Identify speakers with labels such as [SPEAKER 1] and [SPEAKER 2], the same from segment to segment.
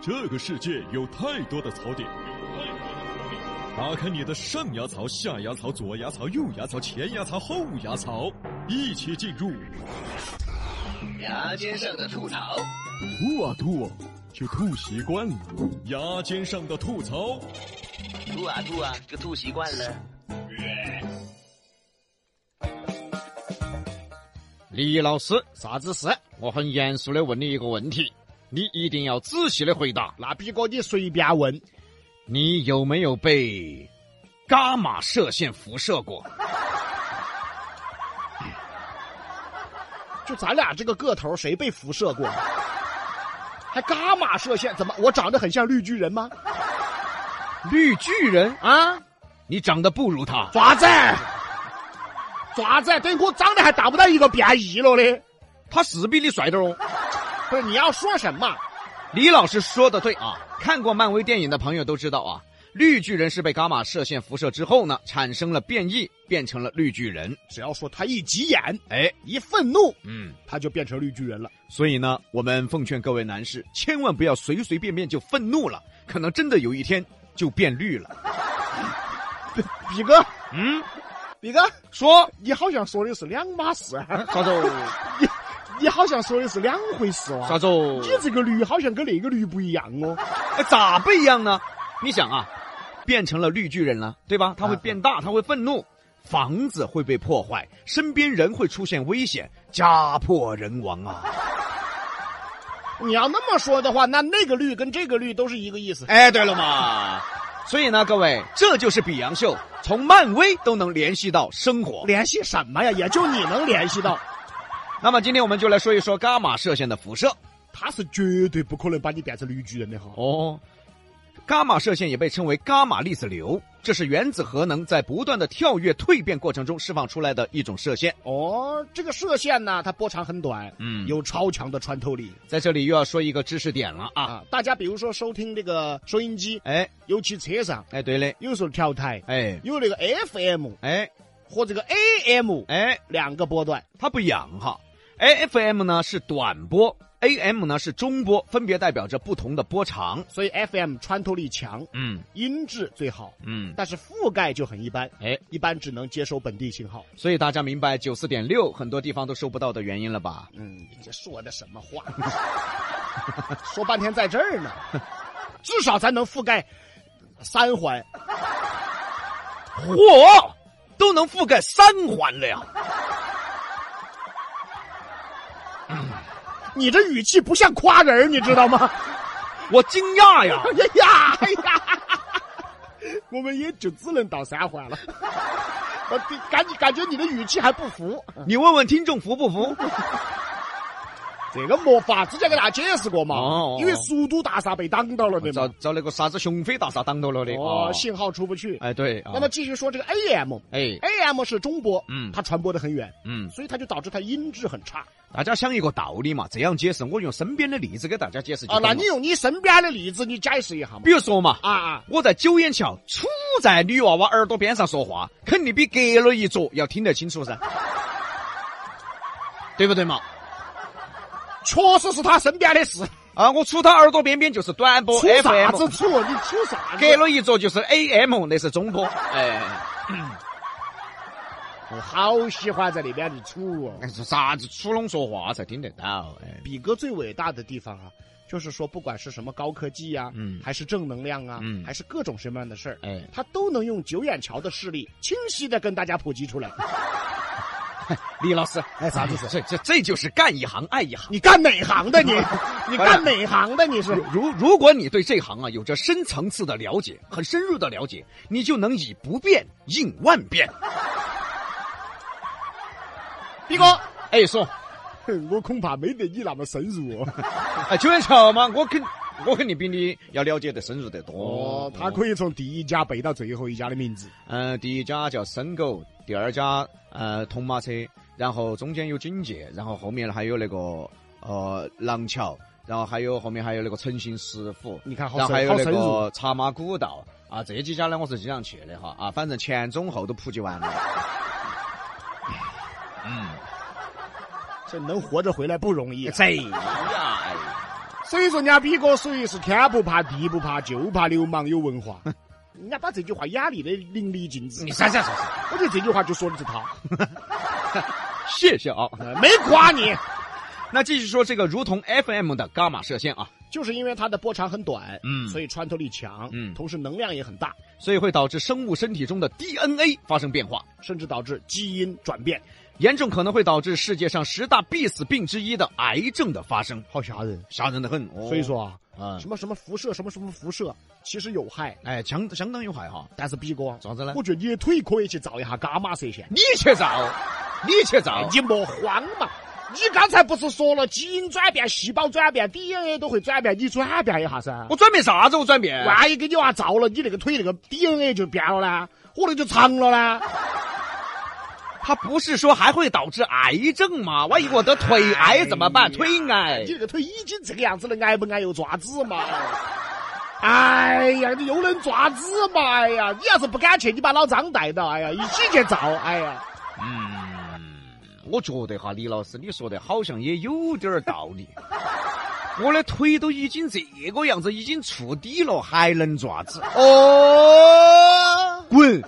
[SPEAKER 1] 这个世界有太多的槽点，打开你的上牙槽、下牙槽、左牙槽、右牙槽、前牙槽、后牙槽，一起进入
[SPEAKER 2] 牙尖上的吐槽，
[SPEAKER 1] 吐啊吐啊，就吐习惯了。牙尖上的吐槽，
[SPEAKER 2] 吐啊吐啊，就吐习惯了。
[SPEAKER 3] 李老师，啥子事？我很严肃的问你一个问题，你一定要仔细的回答。
[SPEAKER 4] 那逼哥，你随啊便问。
[SPEAKER 3] 你有没有被伽马射线辐射过？
[SPEAKER 4] 就咱俩这个个头，谁被辐射过？还伽马射线？怎么，我长得很像绿巨人吗？
[SPEAKER 3] 绿巨人啊，你长得不如他。
[SPEAKER 4] 爪子，爪子，对我长得还达不到一个变异了的。
[SPEAKER 3] 他是比你帅点哦。
[SPEAKER 4] 不是，你要说什么？
[SPEAKER 3] 李老师说的对啊，看过漫威电影的朋友都知道啊，绿巨人是被伽马射线辐射之后呢，产生了变异，变成了绿巨人。
[SPEAKER 4] 只要说他一急眼，
[SPEAKER 3] 哎，
[SPEAKER 4] 一愤怒，
[SPEAKER 3] 嗯，
[SPEAKER 4] 他就变成绿巨人了。
[SPEAKER 3] 所以呢，我们奉劝各位男士，千万不要随随便便就愤怒了，可能真的有一天就变绿了。
[SPEAKER 4] 比哥，
[SPEAKER 3] 嗯，
[SPEAKER 4] 比哥，
[SPEAKER 3] 说
[SPEAKER 4] 你好像说的是两码事，
[SPEAKER 3] 啥子哦？
[SPEAKER 4] 你好像说的是两回事哦。
[SPEAKER 3] 啥子哦？
[SPEAKER 4] 你这个驴好像跟那个驴不一样哦。
[SPEAKER 3] 哎咋不一样呢？你想啊，变成了绿巨人了，对吧？他会变大，他会愤怒，房子会被破坏，身边人会出现危险，家破人亡啊！
[SPEAKER 4] 你要那么说的话，那那个绿跟这个绿都是一个意思。
[SPEAKER 3] 哎，对了嘛，所以呢，各位，这就是比洋秀，从漫威都能联系到生活。
[SPEAKER 4] 联系什么呀？也就你能联系到，
[SPEAKER 3] 那么今天我们就来说一说伽马射线的辐射
[SPEAKER 4] 他是绝对不可能把你变成绿巨人的哈。
[SPEAKER 3] 哦。伽马射线也被称为伽马粒子流，这是原子核能在不断的跳跃蜕变过程中释放出来的一种射线。
[SPEAKER 4] 哦，这个射线呢，它波长很短，
[SPEAKER 3] 嗯
[SPEAKER 4] 有超强的穿透力
[SPEAKER 3] 在这里又要说一个知识点了啊！
[SPEAKER 4] 啊。大家比如说收听这个收音机，
[SPEAKER 3] 哎
[SPEAKER 4] 尤其车上，
[SPEAKER 3] 哎，对嘞，
[SPEAKER 4] 有时候调台，
[SPEAKER 3] 哎
[SPEAKER 4] 有那个 FM
[SPEAKER 3] 哎
[SPEAKER 4] 和这个 AM
[SPEAKER 3] 哎，
[SPEAKER 4] 两个波段。
[SPEAKER 3] 它不一样哈。AFM 呢是短波，AM 呢是中波，分别代表着不同的波长。
[SPEAKER 4] 所以 FM 穿透力强，
[SPEAKER 3] 嗯
[SPEAKER 4] 音质最好，
[SPEAKER 3] 嗯，
[SPEAKER 4] 但是覆盖就很一般，
[SPEAKER 3] 哎，
[SPEAKER 4] 一般只能接收本地信号。
[SPEAKER 3] 所以大家明白九四点六很多地方都收不到的原因了吧？
[SPEAKER 4] 嗯，你这说的什么话？ 说半天在这儿呢，至少咱能覆盖三环。
[SPEAKER 3] 嚯，都能覆盖三环了呀！
[SPEAKER 4] 你这语气不像夸人儿，你知道吗？
[SPEAKER 3] 我惊讶呀！
[SPEAKER 4] 哎呀，哎呀， 我们也就只能到三环了。我对感觉感觉你的语气还不服，
[SPEAKER 3] 你问问听众服不服？
[SPEAKER 4] 这个没法，之前给大家解释过嘛，
[SPEAKER 3] 哦哦哦
[SPEAKER 4] 因为速度大厦被挡到了，对
[SPEAKER 3] 遭
[SPEAKER 4] 吗？
[SPEAKER 3] 遭那个啥子雄飞大厦挡到了的
[SPEAKER 4] 哦，信号出不去。
[SPEAKER 3] 哎对，啊
[SPEAKER 4] 那么继续说这个 AM，AM
[SPEAKER 3] 哎
[SPEAKER 4] 是中波，
[SPEAKER 3] 嗯
[SPEAKER 4] 它传播的很远，
[SPEAKER 3] 嗯。
[SPEAKER 4] 所以它就导致它音质很差
[SPEAKER 3] 大家想一个道理嘛，这样解释，我用身边的例子给大家解释就
[SPEAKER 4] 啊。
[SPEAKER 3] 懂了
[SPEAKER 4] 那你用你身边的例子，你解释一下嘛？
[SPEAKER 3] 比如说嘛，
[SPEAKER 4] 啊啊，
[SPEAKER 3] 我在九眼桥杵在女娃娃耳朵边上说话，肯定比隔了一桌要听得清楚噻， 对不对嘛？
[SPEAKER 4] 确实是他身边的事。
[SPEAKER 3] 啊，我杵她耳朵边边就是短波
[SPEAKER 4] 出啥
[SPEAKER 3] FM，
[SPEAKER 4] 子出？哦你出啥子？
[SPEAKER 3] 隔了一桌就是 AM，那是中波。哎，
[SPEAKER 4] 我好喜欢在那边你出哦。
[SPEAKER 3] 是啥子楚龙说话啊才听得到？哎，
[SPEAKER 4] 比哥最伟大的地方啊，就是说，不管是什么高科技呀、
[SPEAKER 3] 嗯
[SPEAKER 4] 还是正能量啊，
[SPEAKER 3] 嗯
[SPEAKER 4] 还是各种什么样的事儿，
[SPEAKER 3] 哎
[SPEAKER 4] 他都能用九眼桥的视力清晰的跟大家普及出来。
[SPEAKER 3] 李老师，
[SPEAKER 4] 哎啥意思
[SPEAKER 3] 这这这就是干一行爱一行。
[SPEAKER 4] 你干哪行 的你？你干哪行的你是？
[SPEAKER 3] 如如果你对这行啊有着深层次的了解，很深入的了解，你就能以不变应万变。
[SPEAKER 4] 毕哥，
[SPEAKER 3] 哎，说，
[SPEAKER 4] 哼 我恐怕没得你那么深入哦。
[SPEAKER 3] 哎，九眼桥嘛，我肯我肯定比你要了解得深入得多
[SPEAKER 4] 哦。，他可以从第一家背到最后一家的名字。
[SPEAKER 3] 嗯、第一家叫深狗，第二家呃铜马车，然后中间有警戒，然后后面还有那个呃廊桥，然后还有后面还有那个诚信石虎，
[SPEAKER 4] 你看好
[SPEAKER 3] 然后还
[SPEAKER 4] 深，
[SPEAKER 3] 有
[SPEAKER 4] 好
[SPEAKER 3] 那
[SPEAKER 4] 深入。
[SPEAKER 3] 个茶马古道啊，这几家呢我是经常去的哈啊，反正前中后都普及完了。 嗯，
[SPEAKER 4] 这能活着回来不容易啊、
[SPEAKER 3] 这呀，哎呀
[SPEAKER 4] 所以说，人家比哥属于是天不怕地不怕，就怕流氓有 文化。人家把这句话演绎的淋漓尽致
[SPEAKER 3] 你，闪闪闪闪，
[SPEAKER 4] 我觉得这句话就说的是他，
[SPEAKER 3] 谢谢啊。
[SPEAKER 4] 呃没夸你，
[SPEAKER 3] 那继续说这个如同 FM 的伽马射线啊，
[SPEAKER 4] 就是因为它的波长很短，
[SPEAKER 3] 嗯
[SPEAKER 4] 所以穿透力强，
[SPEAKER 3] 嗯
[SPEAKER 4] 同时能量也很大，
[SPEAKER 3] 所以会导致生物身体中的 DNA 发生变化，
[SPEAKER 4] 甚至导致基因转变，
[SPEAKER 3] 严重可能会导致世界上十大必死病之一的癌症的发生，
[SPEAKER 4] 好吓人。
[SPEAKER 3] 吓人的很。哦
[SPEAKER 4] 所以说啊，
[SPEAKER 3] 啊、
[SPEAKER 4] 什么什么辐射，什么什么辐射，其实有害。
[SPEAKER 3] 哎，相相当有害哈。
[SPEAKER 4] 但是比哥，
[SPEAKER 3] 咋子呢
[SPEAKER 4] 我觉得你的腿可以去照一下伽马射线。
[SPEAKER 3] 你去 造，你去造
[SPEAKER 4] 哎，你莫慌嘛！你刚才不是说了基因转变、细胞转变、DNA 都会转变，你转变一下噻。
[SPEAKER 3] 我转变啥子？我转变。
[SPEAKER 4] 万一给你娃照了，你那个腿那个 DNA 就变了呢，我那就长了呢。
[SPEAKER 3] 他不是说还会导致癌症吗？万一我得腿癌怎么办？
[SPEAKER 4] 哎呀
[SPEAKER 3] 腿癌
[SPEAKER 4] 你。那个腿已经这个样子了，挨不挨又爪子嘛？哎呀，你又能爪子嘛？哎呀，你要是不敢去，你把老张带到，哎呀，一起去照，哎呀，
[SPEAKER 3] 嗯我觉得哈，李老师你说的好像也有点儿道理。 我的腿都已经这个样子，已经触底了，还能爪子？哦，滚！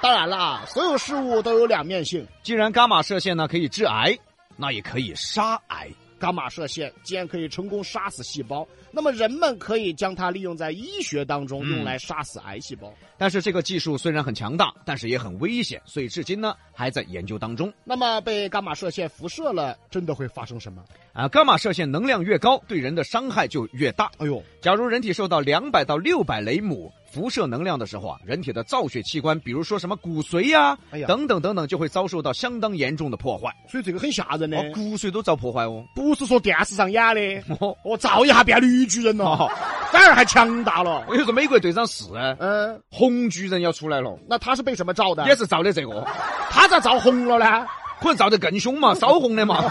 [SPEAKER 4] 当然了啊，所有事物都有两面性，
[SPEAKER 3] 既然伽马射线呢可以致癌，那也可以杀癌。
[SPEAKER 4] 伽马射线既然可以成功杀死细胞，那么人们可以将它利用在医学当中，
[SPEAKER 3] 嗯
[SPEAKER 4] 用来杀死癌细胞。
[SPEAKER 3] 但是这个技术虽然很强大，但是也很危险，所以至今呢还在研究当中。
[SPEAKER 4] 那么被伽马射线辐射了，真的会发生什么？
[SPEAKER 3] 啊，伽马射线能量越高，对人的伤害就越大。
[SPEAKER 4] 哎呦，
[SPEAKER 3] 假如人体受到两百到六百雷姆辐射能量的时候啊，人体的造血器官，比如说什么骨髓呀、
[SPEAKER 4] 哎呀
[SPEAKER 3] 等等等等，就会遭受到相当严重的破坏。
[SPEAKER 4] 所以这个很吓人的，
[SPEAKER 3] 哦，骨髓都遭破坏哦。
[SPEAKER 4] 不是说电视上演的，
[SPEAKER 3] 哦，
[SPEAKER 4] 我照一下变绿巨人了，
[SPEAKER 3] 哦
[SPEAKER 4] 反而还强大了。
[SPEAKER 3] 我跟你说，美国队长四，
[SPEAKER 4] 嗯，
[SPEAKER 3] 红巨人要出来了，
[SPEAKER 4] 那他是被什么照的？
[SPEAKER 3] 也是造的这个，
[SPEAKER 4] 他咋照红了呢？
[SPEAKER 3] 可能造得更 凶嘛，烧红的嘛。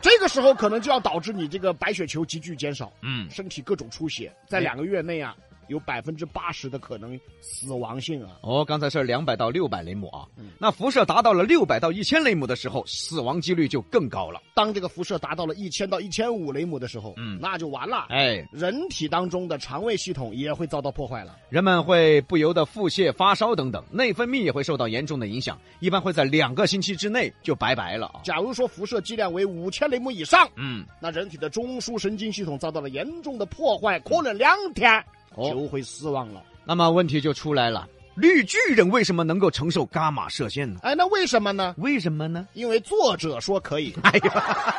[SPEAKER 4] 这个时候可能就要导致你这个白血球急剧减少，
[SPEAKER 3] 嗯，
[SPEAKER 4] 身体各种出血，在两个月内啊，有百分之八十的可能死亡性啊。
[SPEAKER 3] 哦，刚才是两百到六百雷姆啊
[SPEAKER 4] 嗯，
[SPEAKER 3] 那辐射达到了六百到一千雷姆的时候，死亡几率就更高了。
[SPEAKER 4] 当这个辐射达到了一千到一千五雷姆的时候，
[SPEAKER 3] 嗯
[SPEAKER 4] 那就完了。
[SPEAKER 3] 哎，
[SPEAKER 4] 人体当中的肠胃系统也会遭到破坏了。
[SPEAKER 3] 人们会不由得腹泻、发烧等等，内分泌也会受到严重的影响，一般会在两个星期之内就拜拜了啊。
[SPEAKER 4] 假如说辐射剂量为五千雷姆以上，
[SPEAKER 3] 嗯，
[SPEAKER 4] 那人体的中枢神经系统遭到了严重的破坏，可能两天
[SPEAKER 3] 哦
[SPEAKER 4] 就会死亡了。
[SPEAKER 3] 那么问题就出来了，绿巨人为什么能够承受伽马射线呢？
[SPEAKER 4] 哎，那为什么呢？
[SPEAKER 3] 为什么 呢？
[SPEAKER 4] 因为作者说可以，
[SPEAKER 3] 哎呀，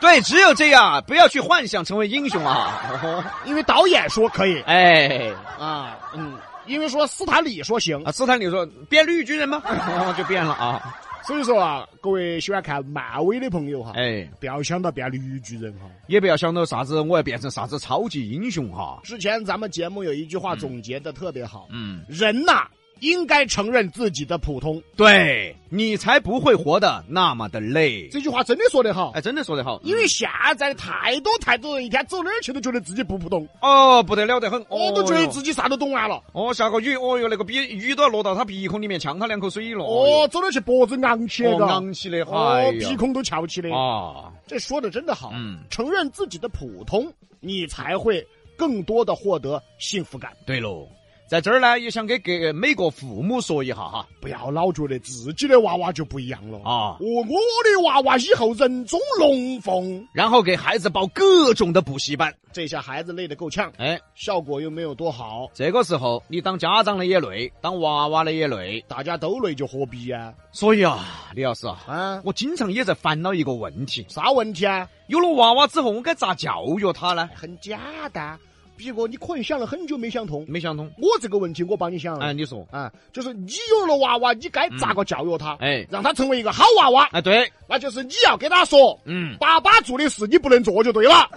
[SPEAKER 3] 对，只有这样，不要去幻想成为英雄啊！
[SPEAKER 4] 因为导演说可以
[SPEAKER 3] 哎，
[SPEAKER 4] 啊，嗯，因为说斯坦李说行，
[SPEAKER 3] 啊，斯坦李说变绿巨人吗？哦，就变了啊！
[SPEAKER 4] 所以说啊，各位喜欢看漫威的朋友哈，
[SPEAKER 3] 哎，
[SPEAKER 4] 不要想到变绿巨人哈。
[SPEAKER 3] 也不要想到啥子，我要变成啥子超级英雄哈、
[SPEAKER 4] 之前咱们节目有一句话总结的特别好，
[SPEAKER 3] 嗯，
[SPEAKER 4] 人呐、应该承认自己的普通。
[SPEAKER 3] 对你才不会活得那么的累。
[SPEAKER 4] 这句话真的说得好，
[SPEAKER 3] 哎，真的说得好，
[SPEAKER 4] 因为现在太多太多人一天走哪儿去都觉得自己不普通，
[SPEAKER 3] 哦，不得了得很，
[SPEAKER 4] 我都觉得
[SPEAKER 3] 哟
[SPEAKER 4] 自己啥都懂完了。
[SPEAKER 3] 哦，下个雨，哦哟，那个鼻雨都要落到他鼻孔里面，呛他两口水了。
[SPEAKER 4] 哦，走哪儿去脖子昂起
[SPEAKER 3] 哟，
[SPEAKER 4] 那
[SPEAKER 3] 哦，
[SPEAKER 4] 个，
[SPEAKER 3] 昂起的，哎呀
[SPEAKER 4] 哦，鼻孔都翘起的。
[SPEAKER 3] 啊，
[SPEAKER 4] 这说的真的好，
[SPEAKER 3] 嗯
[SPEAKER 4] 承认自己的普通，你才会更多的获得幸福感。
[SPEAKER 3] 对喽，在这儿呢，也想给给每个父母说一下哈，
[SPEAKER 4] 不要老觉得自己的娃娃就不一样了
[SPEAKER 3] 啊
[SPEAKER 4] 我我的娃娃以后人中龙凤，
[SPEAKER 3] 然后给孩子报各种的补习班。
[SPEAKER 4] 这下孩子累得够呛，
[SPEAKER 3] 哎，
[SPEAKER 4] 效果又没有多好，
[SPEAKER 3] 这个时候你当家长的也累，当娃娃的也累。
[SPEAKER 4] 大家都累就何必呀、
[SPEAKER 3] 所以啊，李老师啊，
[SPEAKER 4] 啊？
[SPEAKER 3] 我经常也在烦恼一个问题：
[SPEAKER 4] 啥问题啊？
[SPEAKER 3] 有了娃娃之后，我该咋教育他呢？
[SPEAKER 4] 很简单，比哥，你可能想了很久没想通，
[SPEAKER 3] 没想通。
[SPEAKER 4] 我这个问题我帮你想了。
[SPEAKER 3] 哎，你说，
[SPEAKER 4] 啊，就是你有了娃娃，你该咋个教育他？
[SPEAKER 3] 哎
[SPEAKER 4] 让他成为一个好娃娃，
[SPEAKER 3] 哎，对，
[SPEAKER 4] 那就是你要给他说，
[SPEAKER 3] 嗯，
[SPEAKER 4] 爸爸做的事你不能做就对了。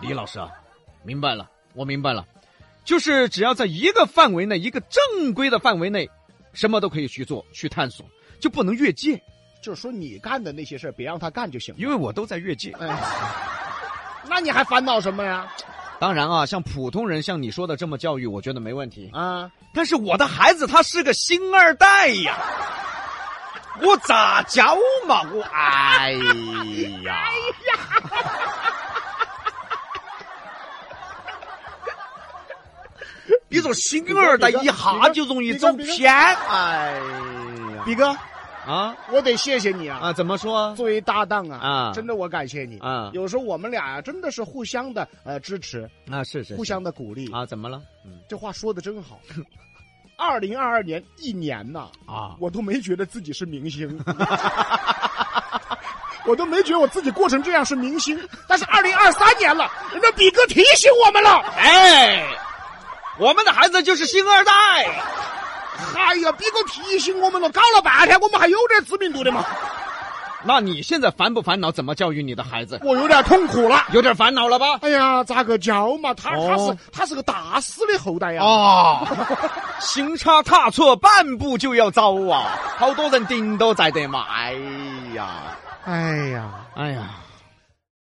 [SPEAKER 3] 李老师啊，明白了，我明白了，就是只要在一个范围内，一个正规的范围内，什么都可以去做、去探索，就不能越界，
[SPEAKER 4] 就是说你干的那些事儿，别让他干就行了。
[SPEAKER 3] 因为我都在越界。
[SPEAKER 4] 哎，那你还烦恼什么呀？
[SPEAKER 3] 当然啊，像普通人像你说的这么教育，我觉得没问题。
[SPEAKER 4] 啊，
[SPEAKER 3] 但是我的孩子他是个星二代呀，我咋教嘛？我哎呀， 你说星二代一下就容易走偏，哎呀
[SPEAKER 4] 毕哥，
[SPEAKER 3] 啊
[SPEAKER 4] 我得谢谢你啊！
[SPEAKER 3] 啊，怎么说？
[SPEAKER 4] 作为搭档啊，
[SPEAKER 3] 啊
[SPEAKER 4] 真的我感谢你
[SPEAKER 3] 啊
[SPEAKER 4] 有时候我们俩啊真的是互相的呃支持，
[SPEAKER 3] 啊，是是
[SPEAKER 4] 互相的鼓励。
[SPEAKER 3] 啊，怎么了？嗯
[SPEAKER 4] 这话说的真好。二零二二年一年呐，
[SPEAKER 3] 啊，
[SPEAKER 4] 我都没觉得自己是明星， 我都没觉得我自己过成这样是明星。但是二零二三年了，人家比哥提醒我们了。
[SPEAKER 3] 哎，我们的孩子就是星二代。
[SPEAKER 4] 哎呀，比哥提醒我们了，搞了半天我们还有点知名度的嘛，
[SPEAKER 3] 那你现在烦不烦恼？怎么教育你的孩子？
[SPEAKER 4] 我有点痛苦了。
[SPEAKER 3] 有点烦恼了吧？
[SPEAKER 4] 哎呀，咋个教嘛？他、他
[SPEAKER 3] 哦
[SPEAKER 4] 是他是个大师的后代呀、
[SPEAKER 3] 啊，行差踏错，半步就要糟啊！好多人顶多在得嘛。哎呀，
[SPEAKER 4] 哎呀，
[SPEAKER 3] 哎呀，